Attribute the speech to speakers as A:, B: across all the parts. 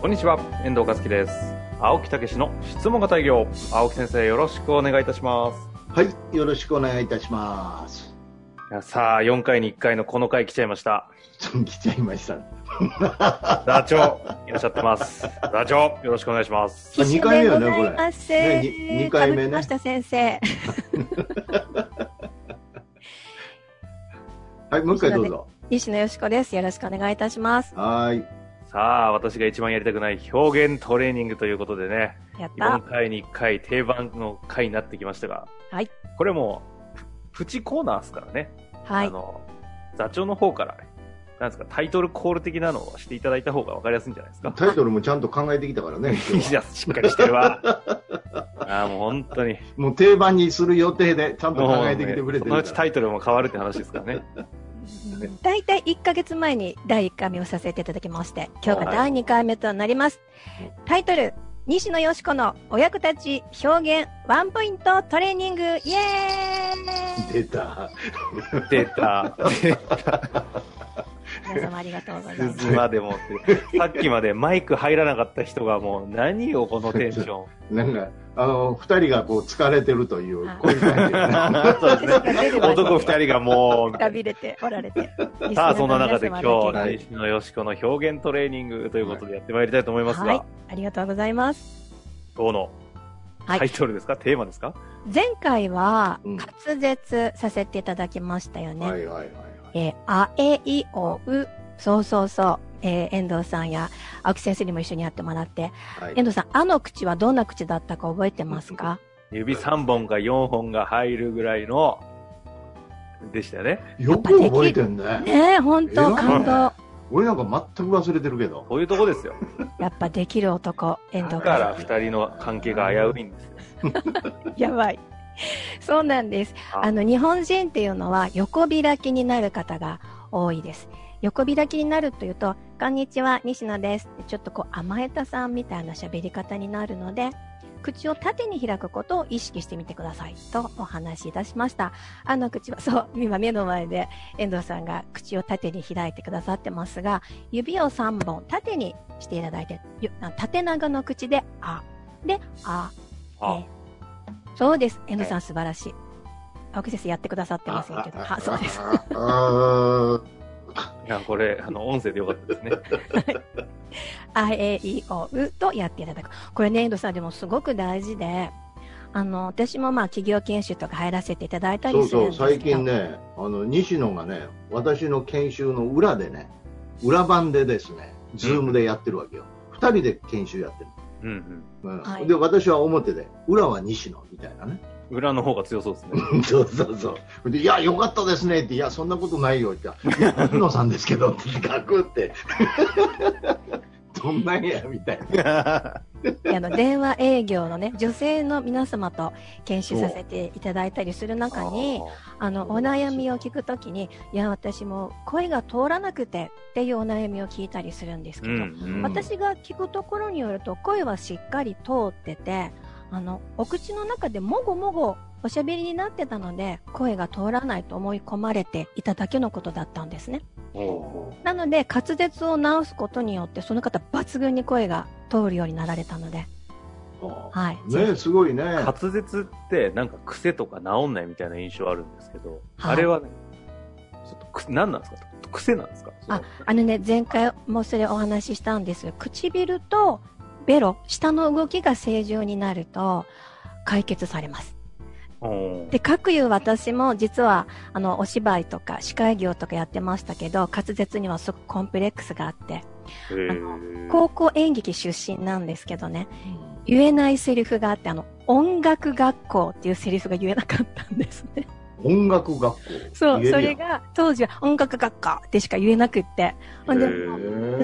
A: こんにちは、遠藤和樹です。青木武の質問型営業、青木先生よろしくお願いいたします。
B: はい、よろしくお願いいたします。
A: いやさあ、4回に1回のこの回来ちゃいました。
B: ちょっと来ちゃいました。
A: 座長、いらっしゃってます。座長、よろしくお願いします。
B: あ二回目よねこれ
C: 二
B: ねに二回目ね
C: ました先生。
B: はい、もう一回どうぞ。
C: 西野よしこです。よろしくお願いいたします。
B: はーい。
A: さあ、私が一番やりたくない表現トレーニングということでね、
C: やった
A: 4。回に1回定番の回になってきましたが、
C: はい
A: これもうププチコーナーですからね、
C: は
A: あ
C: い。
A: の、座長の方から、なんですか、タイトルコール的なのをしていただいた方が分かりやすいんじゃないですか。
B: タイトルもちゃんと考えてきたからね、 今
A: い
B: 日は
A: や、しっかりしてる わ。ああ、もう本当に。
B: もう定番にする予定で、ちゃんと考えてきて
A: もう
B: くれて
A: ねその
B: る
A: うちタ
B: か
A: イトルも変わるって話ですからね。
C: だいたい1ヶ月前に第1回目をさせていただきまして、今日が第2回目となります。タイトル、西野よしこのお役立ち表現ワンポイントトレーニングイエー
B: ら。出た。
A: 出た。
C: イ皆様ありがとうござ います。
A: 今でもって。さっきまでマイク入らなかった人がもう何よ、このテ ンション。
B: なんか、あの、二人がこう疲れてるという、
C: あ
B: こういう感じだね。
A: そうですね。男二人がもう、
C: くたびれておられて。
A: さあ、そんな中で
C: リ
A: 今日
C: スナーの皆様
B: は
C: だけに
A: は、西野よしこの表現トレーニングということでやってまいりたいと思います
C: はい
A: が、。
C: ありがとうございます。
A: 今日の
C: はい
A: タイトルですかテーマですか
C: 前回は
B: うん
C: 滑舌させていただきましたよね。
B: はいはいはいはい。
C: えーあえいおう。そうそうそう。えー遠藤さんや青木先生にも一緒にやってもらって。
B: はい
C: 遠藤さん、あの口はどんな口だったか覚えてますか
A: 指3本か4本が入るぐらいの、でしたよね。
B: よく覚えてんね。
C: ねえ、ほん
B: 偉い
C: と、
B: ね
C: 感動。
B: 俺なんか全く忘れてるけど。
A: こういうとこですよ。
C: やっぱできる男、遠
A: だ
C: 藤君
A: から二人の関係が危ういんですよ。
C: やばい。そうなんです。
A: あ
C: あの、日本人っていうのは横開きになる方が多いです。横開きになるというと、こんにちは、西野です。ちょっとこう甘えたさんみたいな喋り方になるので、口を縦に開くことを意識してみてくださいとお話しいたしました。あの口は、 そう、今目の前で遠藤さんが口を縦に開いてくださってますが、指を3本縦にしていただいて、よあ縦長の口で、あ、で、あ、
A: あ
C: えーそうです。遠藤さん、素晴らしい。青木先生やってくださってませんけど。
B: あ
C: は、そうです。。
B: ああ あ
A: いや、これ、あの、音声でよかったですね。
C: あ、え、い、お、うとやっていただく。これね、遠藤さんでもすごく大事で、あの、私もまあ、企業研修とか入らせていただいた
B: そ
C: り
B: う
C: するん
B: そう、
C: ですけど。
B: 最近。ね、あの、西野がね、私の研修の裏でね、裏番でですね、ズームでやってるわけよ。二、人で研修やってる。
A: うんうん。
B: うん
C: はい
B: で、私は表で、裏は西野みたいなね。
A: 裏の方が強そうですね。
B: そうそうそう。で、いや、よかったですねって、いや、そんなことないよって、いや、西野さんですけど って、ガクって。どんなんや、みたいな。
C: あの、電話営業のね、女性の皆様と研修させていただいたりする中に、あの、お悩みを聞くときに、いや、私も声が通らなくてっていうお悩みを聞いたりするんですけ
A: う
C: ど、
A: んうん。
C: 私が聞くところによると声はしっかり通っててあのお口の中でもごもごおしゃべりになってたので声が通らないと思い込まれていただけのことだったんですね
A: お
C: なので滑舌を直すことによってその方抜群に声が通るようになられたのではい
B: ね、すごいね。
A: ー滑舌って、なんか癖とか治んないみたいな印象あるんですけど、
C: はい
A: あれはね、ちょっとく、何なんですか癖なんですかその
C: あのね前回もそれお話ししたんですが唇とベロ下の動きが正常になると解決されます
A: おー
C: で、各有私も実は、あの、お芝居とか、司会業とかやってましたけど、滑舌にはすごくコンプレックスがあって、
A: へー
C: 高校演劇出身なんですけどね、言えないセリフがあって、あの、音楽学校っていうセリフが言えなかったんですね。
B: 音楽学校。
C: そう、
B: 言えるやん
C: それ。が、当時は音楽学科ってしか言えなくって。ほんで、ず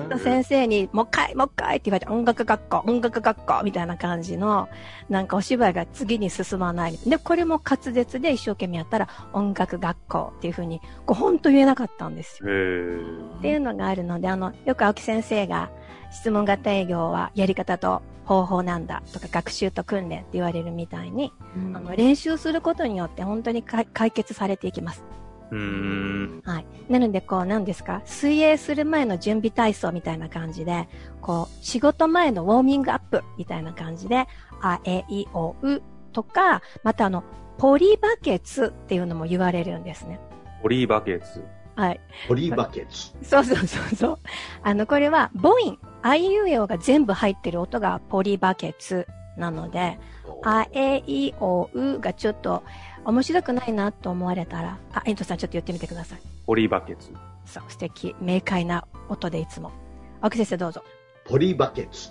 C: っと
B: へえ
C: 先生に、もう一回、もう一回って言われて、音楽学校、音楽学校みたいな感じの、なんかお芝居が次に進まない。で、これも滑舌で一生懸命やったら、音楽学校っていうふうに、こう、ほんと言えなかったんですよ。
A: へー
C: っていうのがあるので、あの、よく青木先生が、質問型営業はやり方と方法なんだとか、学習と訓練って言われるみたいに、
D: うん
C: あの、練習することによって本当にか解決されていきます。
A: うーん。
C: はい。なので、こう、何ですか水泳する前の準備体操みたいな感じで、こう、仕事前のウォーミングアップみたいな感じで、あ、え、い、お、うとか、またあの、ポリバケツっていうのも言われるんですね。
A: ポリーバケツ。
C: はい。
B: ポリバケツ。
C: そうそうそうそう。 あの、これは母音、あいうえおが全部入ってる音がポリバケツなので、あえいおうがちょっと面白くないなと思われたら、あ、エントさんちょっと言ってみてください。
A: ポリーバケツ。
C: そう、素敵。明快な音でいつも。青木先生どうぞ。
B: ポリバケツ。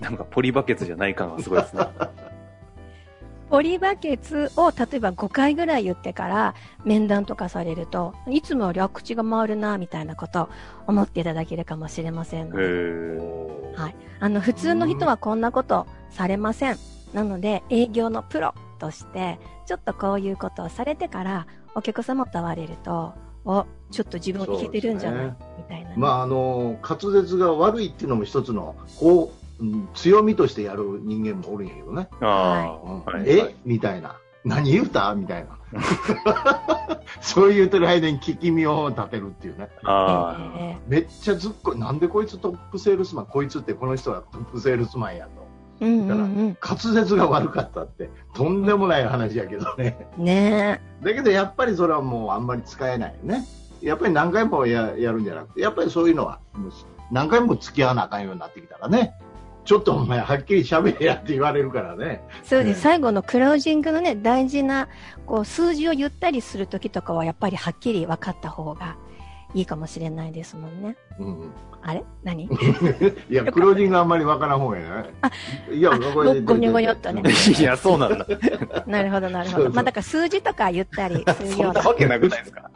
A: なんかポリバケツじゃない感がすごいです ね。
C: ポリバケツを例えば5回ぐらい言ってから面談とかされると、いつもよりあ口が回るなみたいなことを思っていただけるかもしれませんの
A: へ
C: で
A: ー
C: はいあの、普通の人はこんなことされません。なので、営業のプロとして、ちょっとこういうことをされてから、お客様と会われると、お、ちょっと自分を聞けてるんじゃない、
B: そう
C: みたいなね、
B: まああの滑舌が悪いっていうのも一つのこううん強みとしてやる人間もおるんやけどね。
A: あ
B: う
A: ー
B: ん
A: はい。
B: えみたいな。何言うたみたいな。 そう言うてる間に聞き身を立てるっていうね。
A: あ
C: ええ
B: めっちゃずっこい。なんでこいつトップセールスマンこいつってこの人はトップセールスマンやと。
C: うんうん
B: 滑舌が悪かったってとんでもない話やけどね。
C: うん。ね
B: だけどやっぱりそれはもうあんまり使えないよね。やっぱり何回もややるんじゃなくて、やっぱりそういうのはもう何回も付き合わなあかんようになってきたらね、ちょっとお前はっきり喋れやって言われるからね。
C: え。そうで
B: うん
C: す。最後のクラウジングのね、大事な、こう、数字を言ったりするときとかは、やっぱりはっきり分かった方がいいかもしれないですもんね。
B: うん、
C: あれ何
B: いや、クロージングあんまりわからん方がいいね。いや
C: あ
B: これで
C: ごごにょごにょっとね
A: ーいや、そうなん だ。
C: なるほど、なるほ
B: そうそ
C: ど。
B: う
C: まあ、だから数字とか言ったりする
A: そ
C: よ
A: ん
C: う
A: な
C: な。
A: わけなくないですか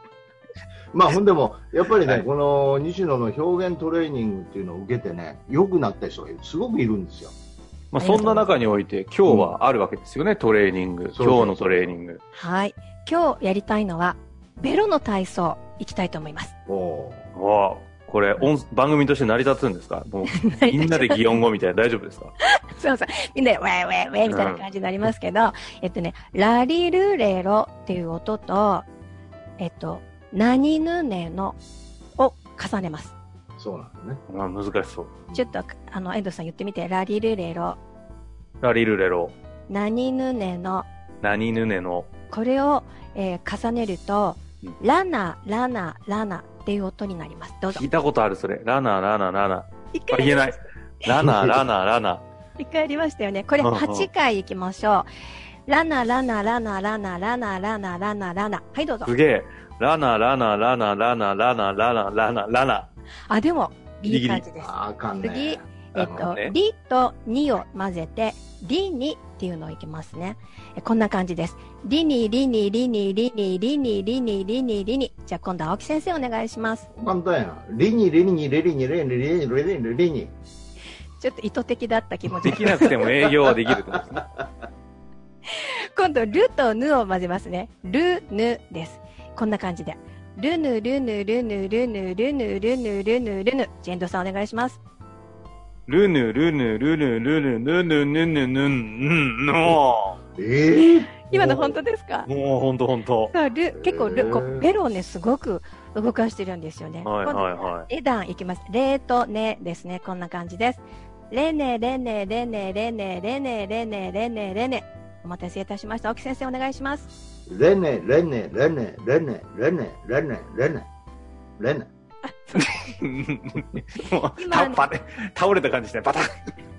B: まあ、ほんでも、やっぱりね、
A: はい
B: この西野の表現トレーニングっていうのを受けてね、良くなった人がすごくいるんですよ。
A: まあ、そんな中において、今日はあるわけですよね、トレーニング。
B: そうそう
A: 今日のトレーニング。
C: はい。今日やりたいのは、ベロの体操、いきたいと思います。
B: おー
A: わあ、これ、音番組として成り立つんですかもう、みんなで擬音語みたいな、大丈夫ですか
C: そうそう。みんなで、ウェイウェイウェイみたいな感じになりますけど、えっとね、ラリルレロっていう音と、えっと、何ぬねのを重ねます。
B: そうなんだね。
A: あ難しそう。
C: ちょっと、あの、遠藤さん言ってみて、ラリルレロ、
A: ラリルレロ、
C: 何ぬねの、
A: 何ぬねの、
C: これを、えー重ねると
A: うん、
C: ラナ、ラナ、ラナっていう音になります。どうぞ
A: 聞。いたことある、それ。ラナ、ラナ、ラナ。
C: 一
A: あ、言えない。ラナ、ラナ、ラナ。
C: 一回やりましたよね。これ
A: うんうん
C: 8回行きましょう。ラナラナラナラナラナラナラナラナ。はい、どうぞ
A: す。げえ。ラナ、ラナ、ラナ、ラナ、ラナ、ラナ、ラナ、ラナ。
C: あ、でも、
A: ギリ
C: い
A: ギリ
C: い感じです。
B: あーあかんね。
C: えっ
A: なるほど
C: と
A: ね、
C: リとニを混ぜて、リにっていうのをいきますね。えこんな感じです。リにリにリにリにリにリにリにリに。じゃあ今度は青木先生お願いします。
B: 簡単やん。リニ、リニ、レリニ、レニ、レニ、レニ、レニ。リニ
C: ちょっと意図的だった気持ち
A: できなくても営業はできるってことですね。
C: 今度、ルとヌを混ぜますね。ル、ヌです。こんな感じで。ルヌ、ルヌ、ルヌ、ルヌ、ルヌ、ルヌ、ルヌ、ルヌ。ジェンドさんお願いします。
A: ルヌ、ルヌ、ルヌ、ルヌ、ルヌ、ヌヌ、ヌヌ、ヌも
B: ええ
C: 今の本当ですか
A: う、ほんとほんと。
C: そうル結構
B: へ
C: ル、
B: ー
C: こうベロをね、すごく動かしてるんですよね。
A: はい、はい、
C: 今度
A: はい。
C: レダンいきます。レとネですね。こんな感じです。レネ、レネ、レネ、レネ、レネ、レネ、レネ、レネ。お待たせいたしました。青木先生お願いします。
B: レネ、レネ、レネ、レネ、レネ、レネ、レネ、レネ。
A: もう
C: 今
A: たばれ倒れた感じですね、バタン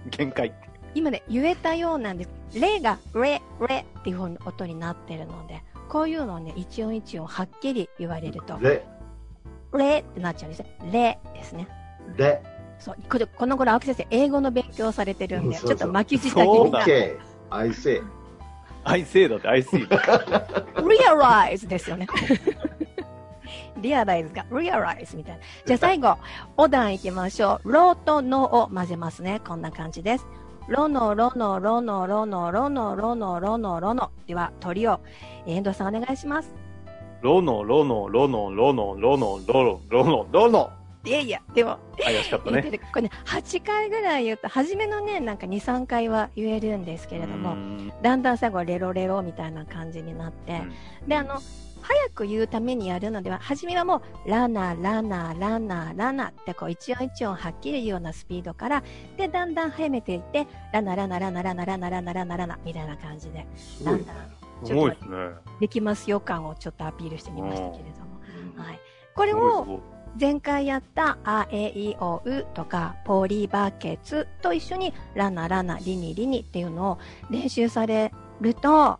A: 限界
C: 今ね、言えたようなんです。レがレ、レっていう音になってるので、こういうのをね、一音一音はっきり言われると、
B: レ、
C: レってなっちゃうんですよ。レですね。
B: レ、
C: そう。これこの頃、青木先生、英語の勉強をされてるんで、
B: そう
C: ち
B: そ
C: ょ
B: う
C: っと巻き舌気
A: そ
C: 味
A: うだ
C: な
B: OK、I say。
A: I say だって I see だ。
C: リアライズですよね。リアライズが、リアライズみたいな。じゃあ最後、お段いきましょう。ロとノを混ぜますね。こんな感じです。ロのロのロのロのロのロのロのロの。では、鳥を、えー遠藤さんお願いします。
A: ロノロノロノロノロノロノロノロノ。
C: いやいや、でも、
A: 怪しかった
C: 言って
A: ね。
C: る、これね、8回ぐらい言うと、初めのね、なんか2、3回は言えるんですけれど
A: う
C: も、
A: ん
C: だんだん最後、レロレロみたいな感じになって、で、あの、早く言うためにやるのでは、初めはもう、ラナ、ラナ、ラナ、ラナって、こう、一音一音はっきり言うようなスピードから、で、だんだん早めていって、ラナ、ラナ、ラナ、ラナ、ラナ、ラナ、ラナ、ラナ、みたいな感じで、
B: すごいね。
A: すごいですね。
C: できますよ感をちょっとアピールしてみましたけれども。
B: うん
C: はい。これ
A: す
C: を
A: ごい
C: 前回やった、あ、え、い、お、うとか、ポリバケツと一緒に、ラナ、ラナ、リニ、リニっていうのを練習されると、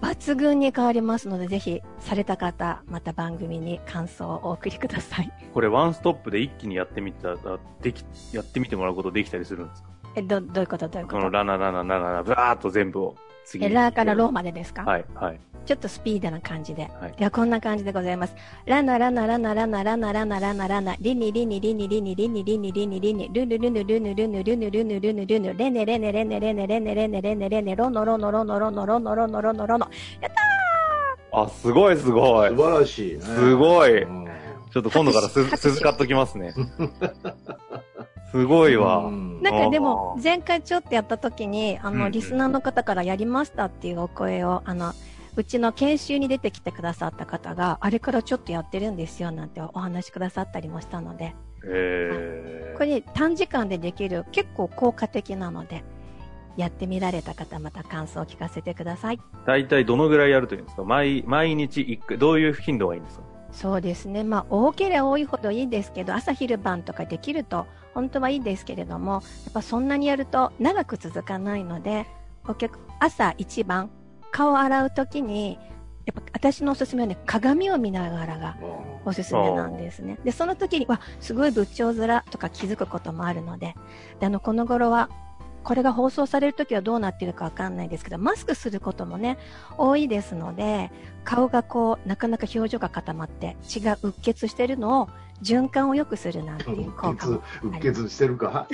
C: 抜群に変わりますので、ぜひ、された方、また番組に感想をお送りください。
A: すごいこれワンストップで一気にやってみたら、でき、やってみてもらうことできたりするんですか
C: え、ど、どういうことどういう
A: こ
C: こ
A: の
C: と
A: ラナラナラナラ、ブワーっと全部を。次
C: え、
A: に
C: ラーからローまでですか
A: はい、はい。
C: ちょっとスピードな感じで。
A: はい
C: では、こんな感じでございます。ラナラナラナラナラナラナラナラナ、リニリニリニリニリニリニリニリニ、ルヌルヌルヌルヌルヌルヌルヌルヌ、レネレネレネレネレネレネレネレネ、ロノロノロノロノロノロノロノロノ。
A: あ、すごいすごい
B: 素。晴らしい、ね。
A: すごい。
B: うん
A: ちょっと今度からす
C: 拍手
A: 鈴買っときますね。すごいわ。
B: うん
C: なんかでも、前回ちょっとやった時に、あ
A: うんう
C: の、
A: ん
C: リスナーの方からやりましたっていうお声を、あの、うちの研修に出てきてくださった方が、あれからちょっとやってるんですよなんてお話しくださったりもしたので、
A: え
C: これ短時間でできる結構効果的なのでやってみられた方また感想を聞かせてください
A: 大体どのぐらいやるといいんですか毎毎日一回、どういう頻度がいいんですか
C: そうですねまあ多ければ多いほどいいですけど朝昼晩とかできると本当はいいですけれどもやっぱそんなにやると長く続かないのでお客朝一番顔を洗う時にやっぱ私のおすすめはね鏡を見ながらが
B: うん
C: おすすめなんですね。で、その時に、わ、すごい仏頂面とか気づくこともあるので、で、あの、この頃は、これが放送される時はどうなってるかわかんないですけど、マスクすることもね、多いですので、顔がこう、なかなか表情が固まって、血がうっ血してるのを、循環を良くするなんていう効
B: うっ
C: 果も。
B: 血、うっ血してるか。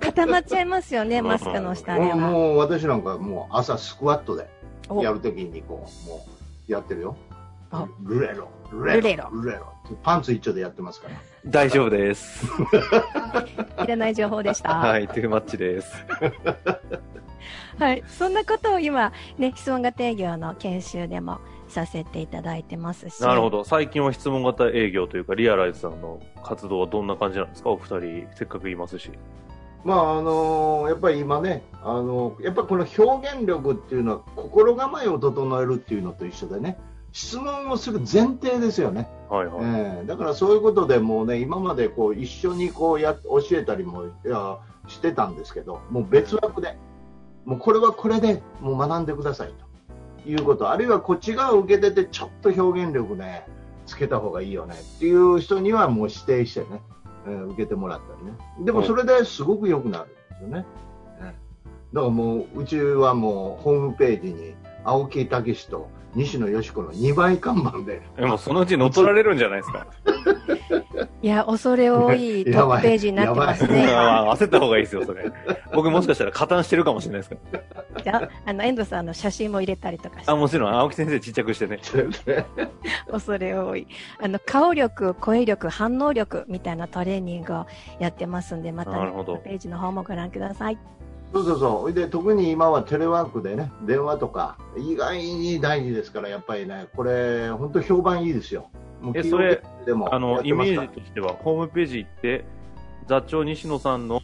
C: 固まっちゃいますよね、マスクの下で
B: もう
C: は。
B: もう私なんかもう朝スクワットで
C: お
B: やるときにこうもうやってるよ
C: あ
B: ルレロル
C: ルレロ
B: ルレロパンツ一丁でやってますから
A: 大丈夫です。
C: いらない情報でした。
A: はい、トゥーマッチです。
C: はい、そんなことを今、ね、質問が定業の研修でもさせていただいてますし。
A: なるほど。最近は質問型営業というか、リアライズさんの活動はどんな感じなんですかお二人、せっかくいますし。
B: まああのーやっぱり今ね、あのーやっぱりこの表現力っていうのは心構えを整えるっていうのと一緒でね質問をする前提ですよね、
A: はいはい。
B: ええだからそういうことでもうね今までこう一緒にこうや教えたりもいやしてたんですけどもう別枠でもうこれはこれでもう学んでくださいということあるいはこっち側を受けててちょっと表現力ねつけた方がいいよねっていう人にはもう指定してね、えー受けてもらったりねでもそれですごく良くなるんですよね、ええだからもううちはもうホームページに青木武史と西野よし子の2倍看板で
A: でもそのうち乗っ取られるんじゃないですか。
C: いや、恐れ多い ト
B: やば
C: ッ
B: い
C: プページになってます
A: い
C: ね。
A: や 焦った方がいいですよ、それ。僕もしかしたら加担してるかもしれないですから。
C: じゃあ、 あの、遠藤さんの写真も入れたりとかし
A: あ、
C: て、
A: もちろん、青木先生ちっちゃくしてね。
C: 恐れ多い。あの、顔力、声力、反応力みたいなトレーニングをやってますんで、また、
A: な
C: ね、
A: るほど
C: トップページの方もご覧ください。
B: そうそうそう、で特に今はテレワークでね、電話とか、意外に大事ですから、やっぱりね、これ、本当、評判いいですよ。もう
A: え
B: 企
A: そ
B: 業
A: れ
B: でも
A: あ
B: や
A: の、
B: っ
A: イ
B: てま
A: メ
B: す
A: ー
B: から
A: ジとしては、ホームページ行って、座長西野さんの、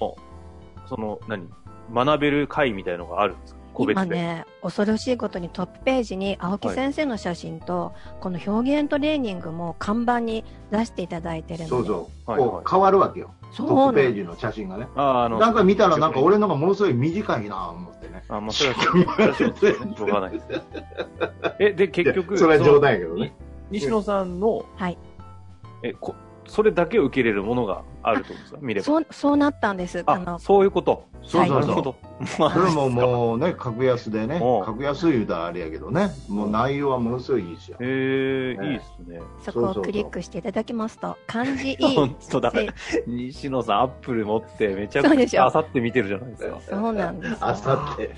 A: その、何学べる会みたいのがあるんですか個別で。
C: 今ね、恐ろしいことにトップページに青木先生の写真と、この表現トレーニングも看板に出していただいてるので。
B: そうそう、
A: はいはい
B: こう変わるわけよ、
C: そ
B: トッ
C: うなん
B: プページの写真がね。
A: ああ、あの、
B: なんか見たら、なんか俺のがものすごい短いなと思ってね。
A: あ、まあ、それは、 それはしょうがないです。え、で、結
B: い
A: 局、
B: やそれ
A: そ
B: は
A: の
B: 冗談やけどね。
A: 西野さんの、
C: はい
A: え、こ、それだけを受け入れるものがあるってことですか見れば。
C: そうそうなったんです。あ
A: あ、
C: の
A: そういうこと。
B: そうそう
A: なる
B: そ
A: ほ
B: う。
A: ど。
B: それももうね、格安でね
A: お、う
B: 格安言うたらあれやけどね、もう内容はものすごいいいですよ。
A: え
B: ね
A: ー、いいっすね。
B: そ
C: そこ
B: うそうそ
C: を
B: う
C: クリックしていただきますと漢字い い
A: 本当だ
C: せ
A: 西野さん、アップル持ってめちゃ
C: そう
A: く
C: で
A: ち
C: し
A: ゃ
C: ょ
A: あさって見てるじゃないですか。
C: そうなんですよ
B: あさって。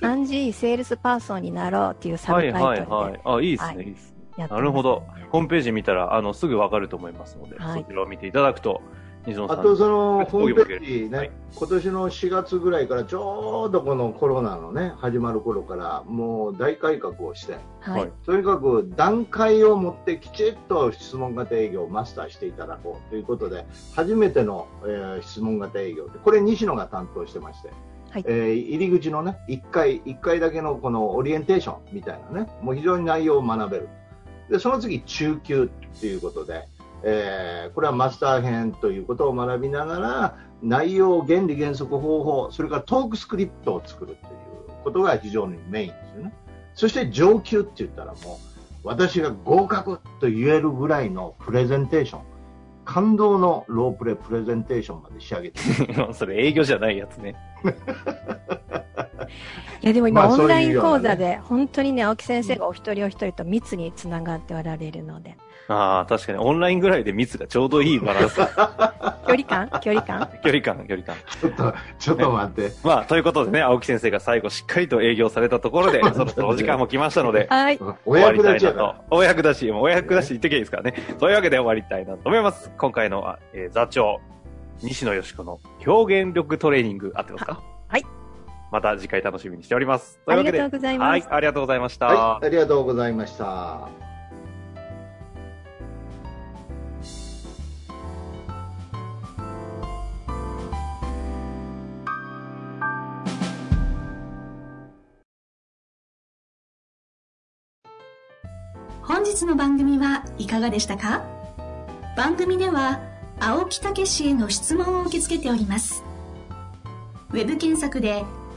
C: 漢字いいセールスパーソンになろうっていうサブ
A: は
C: タ
A: い
C: イト
A: はい
C: ル
A: はい。あ、いいっす
C: は
A: ね、いいっすね。
C: でやってま
A: な
C: す、
A: るほど。ホームページ見たら、あの、すぐわかると思いますので、
C: はい
A: そちらを見ていただくと、西野さ
B: あ
A: ん
B: と
A: の。
B: そのホームページ
A: は
B: ね
A: い、
B: 今年の4月ぐらいからちょうどこのコロナのね、始まる頃からもう大改革をして、
C: はい、
A: はい
B: とにかく段階を持ってきちっと質問型営業をマスターしていただこうということで初めての、えー質問型営業でこれ西野が担当してまして、
C: はい
B: えー入り口のね1回1回だけのこのオリエンテーションみたいなねもう非常に内容を学べるでその次中級ということで、えーこれはマスター編ということを学びながら内容原理原則方法それからトークスクリプトを作るということが非常にメインですよねそして上級って言ったらもう私が合格と言えるぐらいのプレゼンテーション感動のロープレプレゼンテーションまで仕上げて
A: それ営業じゃないやつね。
C: いやでも今、
B: まあ
C: オンライ
B: そういう
C: ン
B: ようなね
C: 講座で本当にね青木先生がお一人お一人と密につながっておられるので
A: ああ、確かにオンラインぐらいで密がちょうどいいバランス。距
C: 距離感距離 感
A: 離感、距離感。
B: ちょっとちょっと待って、
A: まあ、ということでね、青木先生が最後しっかりと営業されたところ で、そろそろお時間も来ましたので、
C: はい
B: お役立ち
A: 終わりた
B: やか
A: いな
B: ら
A: と。お役立ち、もうお役立ち言ってきゃいいですからね。そういうわけで終わりたいなと思います。今回の、あえー座長、西野よしこの表現力トレーニング、合ってますか
C: はい。
A: また次回楽しみにしております。とい
C: あ
A: うわ
C: り
A: け
C: が
A: で
C: とう、ございます、
A: はい、ありがとうございました。
B: はいありがとうございました。
D: 本日の番組はいかがでしたか番組では青木武氏への質問を受け付けておりますウェブ検索で「